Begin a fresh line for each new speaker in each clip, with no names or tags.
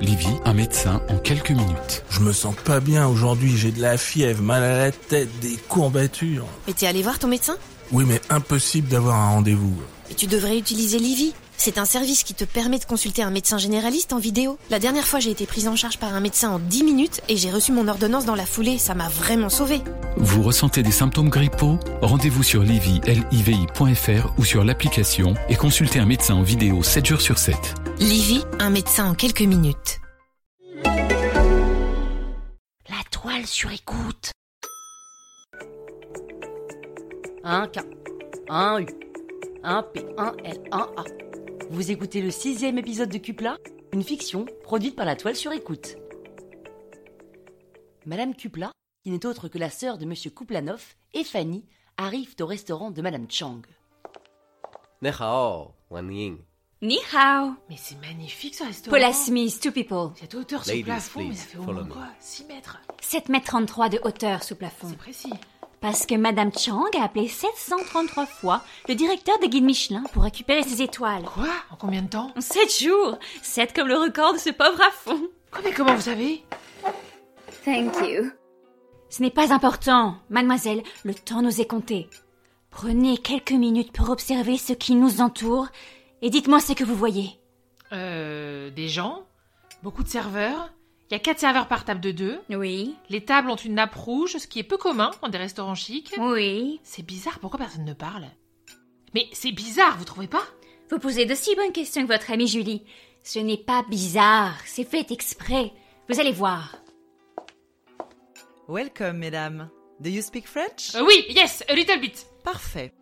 Livy, un médecin en quelques minutes.
Je me sens pas bien aujourd'hui, j'ai de la fièvre, mal à la tête, des courbatures.
Mais t'es allé voir ton médecin
Oui, mais impossible d'avoir un rendez-vous.
Et tu devrais utiliser Livy. C'est un service qui te permet de consulter un médecin généraliste en vidéo. La dernière fois, j'ai été prise en charge par un médecin en 10 minutes et j'ai reçu mon ordonnance dans la foulée. Ça m'a vraiment sauvée.
Vous ressentez des symptômes grippaux Rendez-vous sur livy, livi.fr ou sur l'application et consultez un médecin en vidéo 7 jours sur 7.
Livy, un médecin en quelques minutes.
La toile sur écoute. Un K, un U, un P, un L, un A. Vous écoutez le sixième épisode de Cupla, une fiction produite par la toile sur écoute. Madame Cupla, qui n'est autre que la sœur de Monsieur Kuplanov, et Fanny arrivent au restaurant de Madame Chang.
你好，欢迎
Ni hao.
Mais c'est magnifique ce restaurant.
Paula Smith, two people.
Cette hauteur sur
Ladies,
plafond, mais ça
please,
fait au
follow
moins
me.
quoi 6 mètres
7m33 de hauteur sous plafond.
C'est précis.
Parce que Madame Chang a appelé 733 fois le directeur des guides Michelin pour récupérer ses étoiles.
Quoi En combien de temps
En 7 jours 7 comme le record de ce pauvre affon.
Quoi, mais comment vous savez
Thank you. Ce n'est pas important, mademoiselle, le temps nous est compté. Prenez quelques minutes pour observer ce qui nous entoure et dites-moi ce que vous voyez.
Euh. Des gens, beaucoup de serveurs. Il y a 4 serveurs par table de 2.
Oui,
Les tables ont une nappe rouge, ce qui est peu commun dans des restaurants chics.
oui.
C'est bizarre, pourquoi personne ne parle Mais c'est bizarre, vous trouvez pas
Vous posez de si bonnes questions que votre amie Julie. Ce n'est pas bizarre, c'est fait exprès. Vous allez voir.
Welcome, mesdames. Do you speak French
Euh, Oui, yes, a little bit.
Parfait.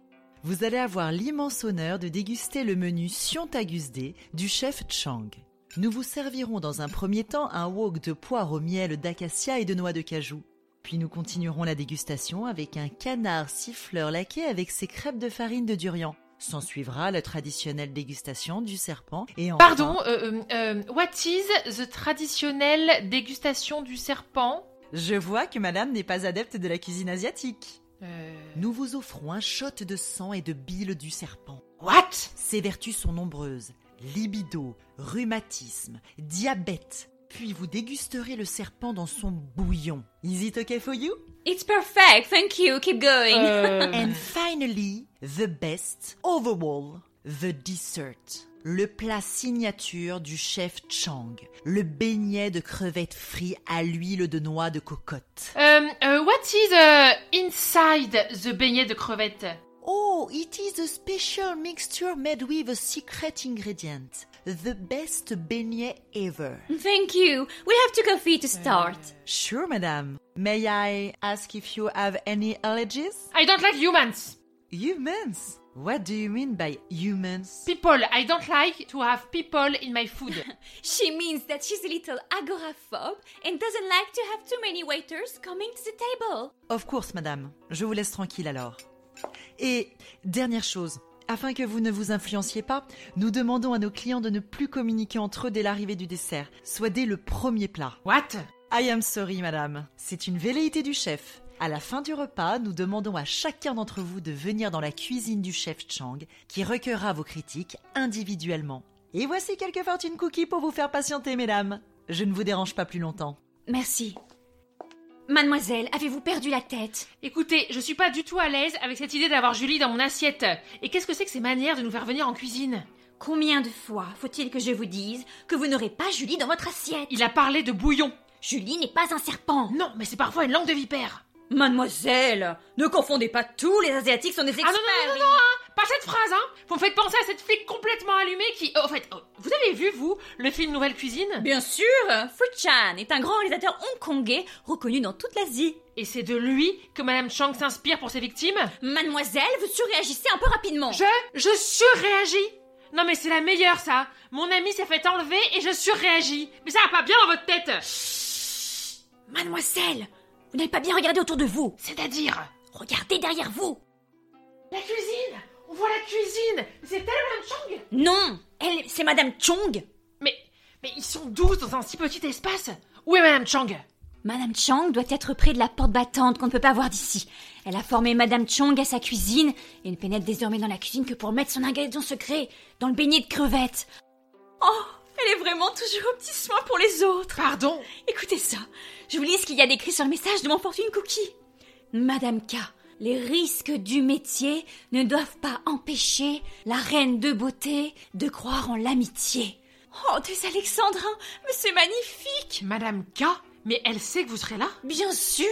Vous allez avoir l'immense honneur de déguster le menu Siontagusdé du chef Chang. Nous vous servirons dans un premier temps un wok de poire au miel d'acacia et de noix de cajou. Puis nous continuerons la dégustation avec un canard siffleur laqué avec ses crêpes de farine de durian. S'en suivra la traditionnelle dégustation du serpent et enfin...
Pardon, euh, euh, euh, what is the traditionnelle dégustation du serpent
Je vois que madame n'est pas adepte de la cuisine asiatique.
Euh.
Nous vous offrons un shot de sang et de bile du serpent.
What
Ses vertus sont nombreuses libido, rhumatisme, diabète. Puis vous dégusterez le serpent dans son bouillon. Is it okay for you?
It's perfect, thank you, keep going.
Euh.
Euh.
And finally, the best overall, the dessert. Le plat signature du chef Chang, le beignet de crevettes frites à l'huile de noix de cocotte.
Euh, euh, what is euh, inside the beignet de crevettes
Oh, it is a special mixture made with a secret ingredient. The best beignet ever.
Thank you. We'll have two coffee to start.
Sure, madame. May I ask if you have any allergies?
I don't like humans.
Humans? What do you mean by humans?
People, I don't like to have people in my food.
She means that she's a little agoraphobe and doesn't like to have too many waiters coming to the table.
Of course, madame. Je vous laisse tranquille alors. Et dernière chose, afin que vous ne vous influenciez pas, nous demandons à nos clients de ne plus communiquer entre eux dès l'arrivée du dessert, soit dès le premier plat.
what
I am sorry, madame. C'est une velléité du chef. À la fin du repas, nous demandons à chacun d'entre vous de venir dans la cuisine du chef Chang, qui recueillera vos critiques individuellement. Et voici quelques fortune cookies pour vous faire patienter, mesdames. Je ne vous dérange pas plus longtemps.
Merci. Mademoiselle, avez-vous perdu la tête
Écoutez, je suis pas du tout à l'aise avec cette idée d'avoir Julie dans mon assiette. Et qu'est-ce que c'est que ces manières de nous faire venir en cuisine
Combien de fois faut-il que je vous dise que vous n'aurez pas Julie dans votre assiette
Il a parlé de bouillon.
Julie n'est pas un serpent.
Non, mais c'est parfois une langue de vipère.
Mademoiselle, ne confondez pas tous les Asiatiques sont des
Ah non, non, non, non, hein Pas cette phrase, hein Vous me faites penser à cette flic complètement allumée qui... Oh, en fait, oh, vous avez vu, vous, le film Nouvelle Cuisine
Bien sûr, Fu Chan est un grand réalisateur hongkongais reconnu dans toute l'Asie.
Et c'est de lui que Madame Chang s'inspire pour ses victimes
Mademoiselle, vous surréagissez un peu rapidement.
Je... Je surréagis Non mais c'est la meilleure, ça Mon ami s'est fait enlever et je surréagis Mais ça va pas bien dans votre tête
Mademoiselle, vous n'avez pas bien regardé autour de vous.
C'est-à-dire
Regardez derrière vous.
La cuisine On voit la cuisine Mais C'est elle, Madame Chang
Non, elle, c'est Madame Chong.
Mais... Mais ils sont douze dans un si petit espace Où est Madame Chang
Madame Chang doit être près de la porte battante qu'on ne peut pas voir d'ici. Elle a formé Madame Chang à sa cuisine et ne pénètre désormais dans la cuisine que pour mettre son ingrédient secret dans le beignet de crevettes. Oh, elle est vraiment toujours au petit soin pour les autres.
Pardon
Écoutez ça, je vous lis ce qu'il y a d'écrit sur le message de mon fortune cookie. Madame K, les risques du métier ne doivent pas empêcher la reine de beauté de croire en l'amitié. Oh, des Alexandrins, mais c'est magnifique
Madame K Mais elle sait que vous serez là
Bien sûr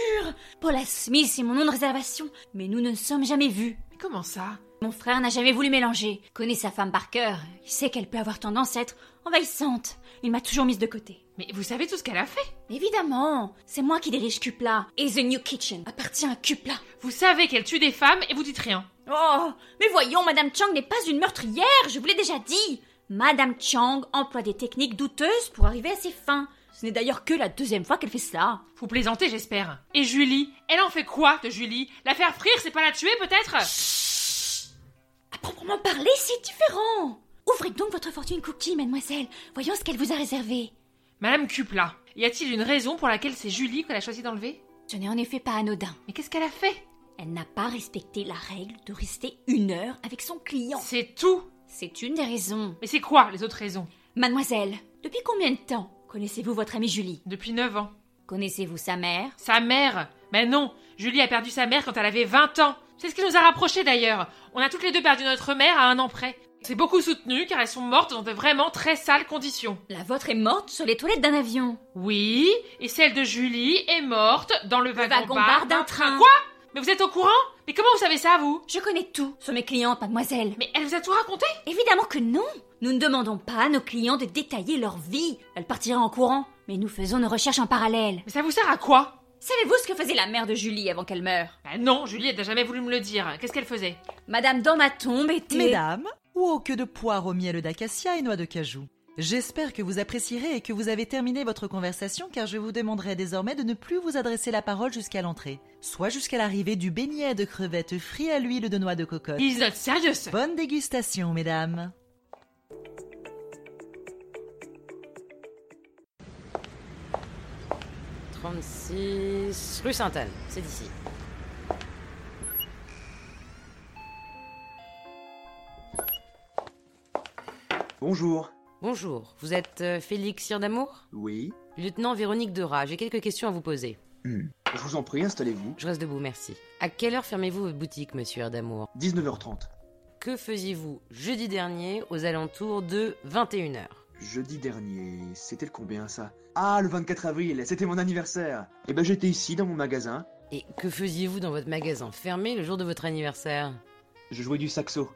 Paula Smith c'est mon nom de réservation, mais nous ne nous sommes jamais vus.
Mais comment ça
Mon frère n'a jamais voulu mélanger. Connaît sa femme par cœur. Il sait qu'elle peut avoir tendance à être envahissante. Il m'a toujours mise de côté.
Mais vous savez tout ce qu'elle a fait
Évidemment, c'est moi qui dirige Cupla et The New Kitchen appartient à Cupla.
Vous savez qu'elle tue des femmes et vous dites rien.
Oh, mais voyons, Madame Chang n'est pas une meurtrière, je vous l'ai déjà dit. Madame Chang emploie des techniques douteuses pour arriver à ses fins. Ce n'est d'ailleurs que la deuxième fois qu'elle fait ça.
Vous plaisantez, j'espère. Et Julie Elle en fait quoi de Julie La faire frire, c'est pas la tuer peut-être
À proprement parler, c'est différent. Ouvrez donc votre fortune cookie, mademoiselle. Voyons ce qu'elle vous a réservé.
Madame Cupla, y a-t-il une raison pour laquelle c'est Julie qu'elle a choisi d'enlever
Ce n'est en effet pas anodin.
Mais qu'est-ce qu'elle a fait
Elle n'a pas respecté la règle de rester une heure avec son client.
C'est tout
C'est une des raisons.
Mais c'est quoi les autres raisons
Mademoiselle, depuis combien de temps connaissez-vous votre amie Julie
Depuis 9 ans.
Connaissez-vous sa mère
Sa mère Mais non Julie a perdu sa mère quand elle avait 20 ans C'est ce qui nous a rapprochés d'ailleurs On a toutes les deux perdu notre mère à un an près. C'est beaucoup soutenu car elles sont mortes dans de vraiment très sales conditions.
La vôtre est morte sur les toilettes d'un avion.
Oui, et celle de Julie est morte dans le
wagon-bar
wagon-bar
d'un
d'un
train.
train. Quoi Mais vous êtes au courant Mais comment vous savez ça, vous
Je connais tout sur mes clientes, mademoiselle.
Mais elle vous a tout raconté
Évidemment que non Nous ne demandons pas à nos clients de détailler leur vie. Elles partiraient en courant. Mais nous faisons nos recherches en parallèle.
Mais ça vous sert à quoi
Savez-vous ce que faisait la mère de Julie avant qu'elle meure
Bah non, Julie, elle n'a jamais voulu me le dire. Qu'est-ce qu'elle faisait
Madame dans ma tombe était...
Mesdames, wok de poire au miel d'acacia et noix de cajou. J'espère que vous apprécierez et que vous avez terminé votre conversation car je vous demanderai désormais de ne plus vous adresser la parole jusqu'à l'entrée, soit jusqu'à l'arrivée du beignet de crevettes frit à l'huile de noix de cocotte.
Is not serious
Bonne dégustation, mesdames.
Rue Sainte-Anne, c'est d'ici.
Bonjour.
Bonjour, vous êtes euh, Félix Sirdamour
Oui. Hmm.
Lieutenant Véronique Dora, j'ai quelques questions à vous poser.
Je vous en prie, installez-vous.
Je reste debout, merci. À quelle heure fermez-vous votre boutique, monsieur Erdamour
19h30.
Que faisiez-vous jeudi dernier aux alentours de 21h
Jeudi dernier, c'était le combien ça Ah, le 24 avril, c'était mon anniversaire. Eh ben j'étais ici dans mon magasin,
Et que faisiez-vous dans votre magasin fermé le jour de votre anniversaire
je jouais du saxo.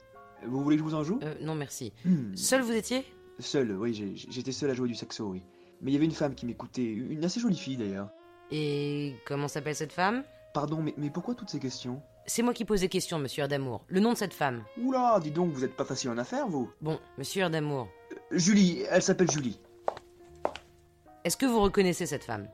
Vous voulez que je vous en joue
Euh, non merci.
Hmm.
Seul vous étiez
Seul, oui, j'ai- j'étais seul à jouer du saxo, oui. Mais il y avait une femme qui m'écoutait, une assez jolie fille d'ailleurs.
Et comment s'appelle cette femme
Pardon, mais, mais pourquoi toutes ces questions
C'est moi qui pose des questions, monsieur Erdamour. Le nom de cette femme
Oula, dis donc, vous êtes pas facile en affaires, vous Euh,
Bon, monsieur Erdamour,
Julie, elle s'appelle Julie.
est-ce que vous reconnaissez cette femme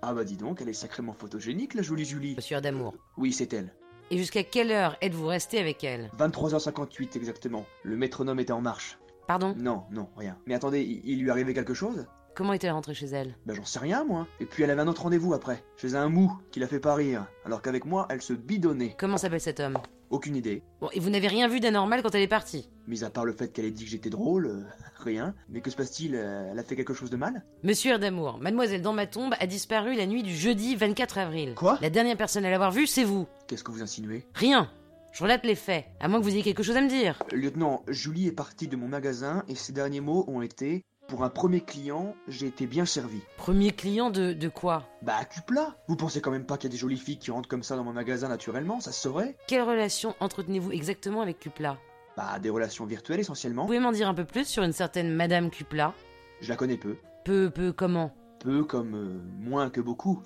Ah bah dis donc, elle est sacrément photogénique, la jolie Julie. Euh,
Monsieur Erdamour.
Oui, c'est elle.
Et jusqu'à quelle heure êtes-vous resté avec elle
23h58 exactement. Le métronome était en marche.
Pardon
Non, non, rien. Mais attendez, il, il lui arrivait quelque chose
Comment est-elle rentrée chez elle
Ben j'en sais rien moi. Et puis elle avait un autre rendez-vous après, chez un mou qui la fait pas rire, alors qu'avec moi elle se bidonnait.
Comment s'appelle cet homme
Aucune idée.
Bon, et vous n'avez rien vu d'anormal quand elle est partie
Mis à part le fait qu'elle ait dit que j'étais drôle, euh, rien. Mais que se passe-t-il euh, Elle a fait quelque chose de mal
Monsieur Erdamour, mademoiselle dans ma tombe a disparu la nuit du jeudi 24 avril.
Quoi
La dernière personne à l'avoir vue, c'est vous.
Qu'est-ce que vous insinuez
Rien. Je relate les faits, à moins que vous ayez quelque chose à me dire.
Euh, Lieutenant, Julie est partie de mon magasin et ses derniers mots ont été Pour un premier client, j'ai été bien servi.
Premier client de, de quoi
Bah, cupla Vous pensez quand même pas qu'il y a des jolies filles qui rentrent comme ça dans mon magasin naturellement, ça se saurait
Quelle relation entretenez-vous exactement avec Cupla
Bah, des relations virtuelles essentiellement.
Vous pouvez m'en dire un peu plus sur une certaine Madame Cupla
Je la connais peu.
Peu, peu, comment
Peu comme euh, moins que beaucoup.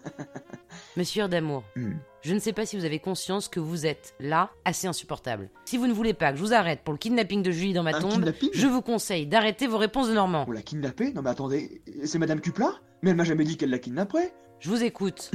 Monsieur Erdamour,
Hmm.
je ne sais pas si vous avez conscience que vous êtes, là, assez insupportable. Si vous ne voulez pas que je vous arrête pour le kidnapping de Julie dans ma
Un
tombe,
kidnapping
je vous conseille d'arrêter vos réponses de Normand.
On l'a kidnappée Non mais attendez, c'est Madame Cupla Mais elle m'a jamais dit qu'elle la kidnapperait
Je vous écoute.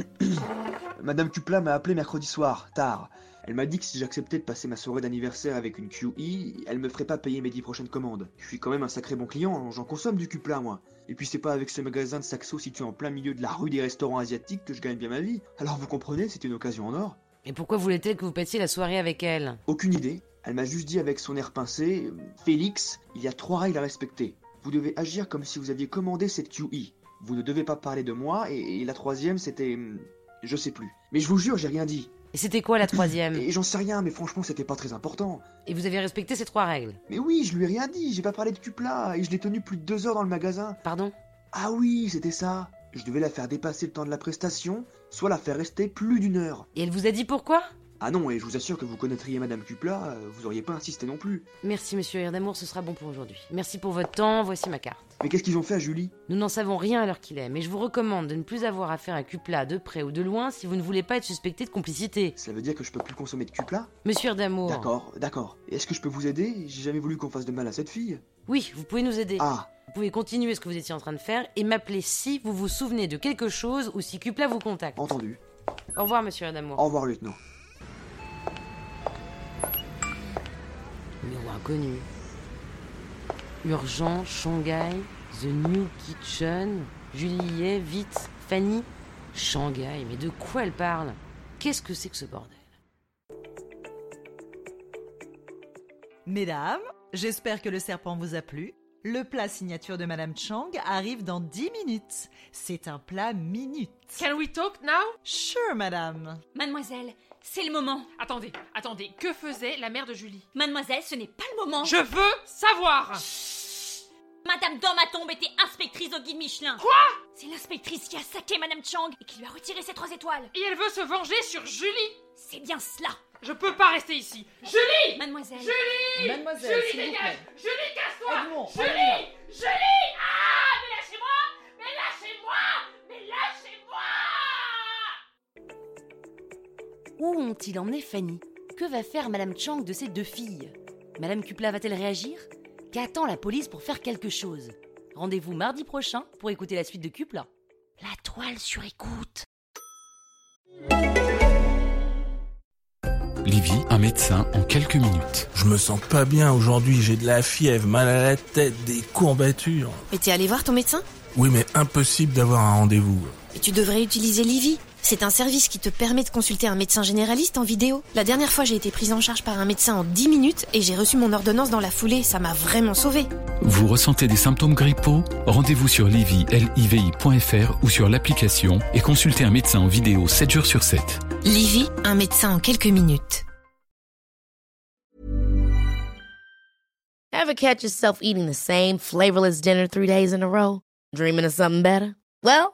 Madame Cupla m'a appelé mercredi soir, tard. Elle m'a dit que si j'acceptais de passer ma soirée d'anniversaire avec une QI, elle me ferait pas payer mes 10 prochaines commandes. Je suis quand même un sacré bon client, hein. j'en consomme du Cupla moi. Et puis c'est pas avec ce magasin de Saxo situé en plein milieu de la rue des restaurants asiatiques que je gagne bien ma vie. Alors vous comprenez, c'était une occasion en or.
Et pourquoi voulait-elle que vous passiez la soirée avec elle
Aucune idée. Elle m'a juste dit avec son air pincé, Félix, il y a trois règles à respecter. Vous devez agir comme si vous aviez commandé cette QI. Vous ne devez pas parler de moi, et, et la troisième c'était... hum, Je sais plus. Mais je vous jure, j'ai rien dit.
Et c'était quoi la troisième
Et j'en sais rien, mais franchement c'était pas très important.
Et vous avez respecté ces trois règles
Mais oui, je lui ai rien dit, j'ai pas parlé de cupla, et je l'ai tenu plus de deux heures dans le magasin.
Pardon
Ah oui, c'était ça. Je devais la faire dépasser le temps de la prestation, soit la faire rester plus d'une heure.
Et elle vous a dit pourquoi
Ah non, et je vous assure que vous connaîtriez Madame Cupla, euh, vous auriez pas insisté non plus.
Merci, monsieur Erdamour, ce sera bon pour aujourd'hui. Merci pour votre temps, voici ma carte.
Mais qu'est-ce qu'ils ont fait à Julie
Nous n'en savons rien à l'heure qu'il est, mais je vous recommande de ne plus avoir affaire à Cupla de près ou de loin si vous ne voulez pas être suspecté de complicité.
Cela veut dire que je peux plus consommer de cupla
Monsieur Erdamour.
D'accord, d'accord. Est-ce que je peux vous aider J'ai jamais voulu qu'on fasse de mal à cette fille.
Oui, vous pouvez nous aider.
Ah,
Vous pouvez continuer ce que vous étiez en train de faire et m'appeler si vous vous souvenez de quelque chose ou si Cupla vous contacte.
entendu.
Au revoir, monsieur Erdamour.
Au revoir, lieutenant.
Numéro inconnu. Urgent, Shanghai, The New Kitchen, Juliet, vite, Fanny. Shanghai, mais de quoi elle parle Qu'est-ce que c'est que ce bordel
Mesdames, j'espère que le serpent vous a plu. Le plat signature de Madame Chang arrive dans 10 minutes. C'est un plat minute.
Can we talk now
Sure, madame.
Mademoiselle, c'est le moment.
Attendez, attendez, que faisait la mère de Julie
Mademoiselle, ce n'est pas le
Oh.
moment.
Je veux savoir
Madame dans ma tombe était inspectrice au guide Michelin. Quoi C'est l'inspectrice qui a saqué Madame Chang et qui lui a retiré ses trois étoiles.
Et elle veut se venger sur Julie
C'est bien cela.
Je peux pas rester ici Julie
Mademoiselle.
Julie
Mademoiselle,
Julie,
s'il vous
dégage
plaît.
Julie, casse-toi
Edmond,
Julie Julie Ah Mais lâchez-moi Mais lâchez-moi Mais lâchez-moi
Où ont-ils emmené Fanny Que va faire Madame Chang de ses deux filles Madame Cupla va-t-elle réagir Qu'attend la police pour faire quelque chose Rendez-vous mardi prochain pour écouter la suite de Cupla.
La toile sur écoute.
Livy, un médecin en quelques minutes.
Je me sens pas bien aujourd'hui, j'ai de la fièvre, mal à la tête, des courbatures.
Mais t'es allé voir ton médecin
Oui, mais impossible d'avoir un rendez-vous.
Mais tu devrais utiliser Livy. C'est un service qui te permet de consulter un médecin généraliste en vidéo. La dernière fois, j'ai été prise en charge par un médecin en 10 minutes et j'ai reçu mon ordonnance dans la foulée. Ça m'a vraiment sauvée.
Vous ressentez des symptômes grippaux Rendez-vous sur livy.fr ou sur l'application et consultez un médecin en vidéo 7 jours sur 7.
Livy, un médecin en quelques minutes.
Ever catch yourself eating the same flavorless dinner three days in a row? Dreaming of something better? Well,